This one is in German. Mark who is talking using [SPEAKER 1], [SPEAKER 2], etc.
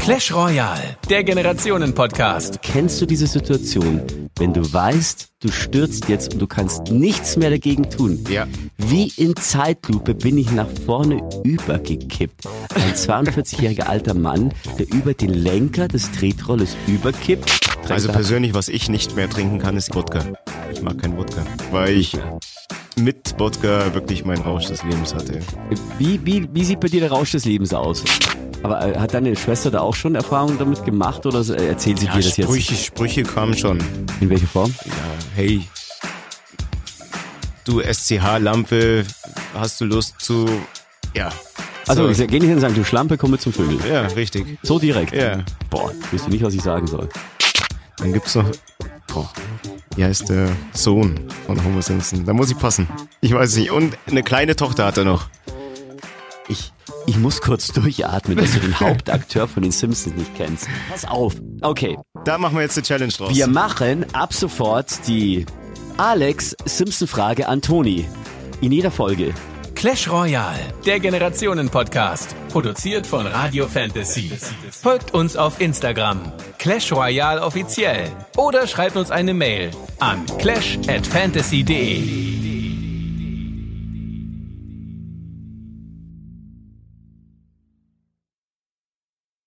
[SPEAKER 1] Clash Royale, der Generationen-Podcast.
[SPEAKER 2] Kennst du diese Situation, wenn du weißt, du stürzt jetzt und du kannst nichts mehr dagegen tun?
[SPEAKER 3] Ja.
[SPEAKER 2] Wie in Zeitlupe bin ich nach vorne übergekippt. Ein 42-jähriger alter Mann, der über den Lenker des Tretrollers überkippt.
[SPEAKER 3] Also
[SPEAKER 2] Trenker-
[SPEAKER 3] persönlich, was ich nicht mehr trinken kann, ist Wodka. Ich mag keinen Wodka, weil ich mit Wodka wirklich meinen Rausch des Lebens hatte.
[SPEAKER 2] Wie, wie, wie sieht bei dir der Rausch des Lebens aus? Aber äh, hat deine Schwester da auch schon Erfahrungen damit gemacht oder so- äh, erzählt sie dir das jetzt?
[SPEAKER 3] Sprüche, Sprüche kamen schon.
[SPEAKER 2] In welcher Form?
[SPEAKER 3] Hey, du SCH-Lampe, hast du Lust zu... Ja.
[SPEAKER 2] Also,
[SPEAKER 3] so,
[SPEAKER 2] ich geh nicht hin und sagen, du Schlampe, komme zum Vögel.
[SPEAKER 3] ja, richtig.
[SPEAKER 2] So direkt.
[SPEAKER 3] Ja.
[SPEAKER 2] Boah, wisst du nicht, was ich sagen soll.
[SPEAKER 3] Dann gibt's noch... Boah. Hier heißt der Sohn von Homer Simpson. Da muss ich passen. Ich weiß nicht. Und eine kleine Tochter hat er noch.
[SPEAKER 2] Ich, ich muss kurz durchatmen, dass du den Hauptakteur von den Simpsons nicht kennst. Pass auf. Okay,
[SPEAKER 3] Da machen wir jetzt eine Challenge draus.
[SPEAKER 2] wir machen ab sofort die Alex Simpson-Frage an Toni. In jeder Folge.
[SPEAKER 1] Clash Royale, der Generationen-Podcast. Produziert von Radio Fantasy. Folgt uns auf Instagram. Clash Royale offiziell. Oder schreibt uns eine Mail an clash@fantasy.de.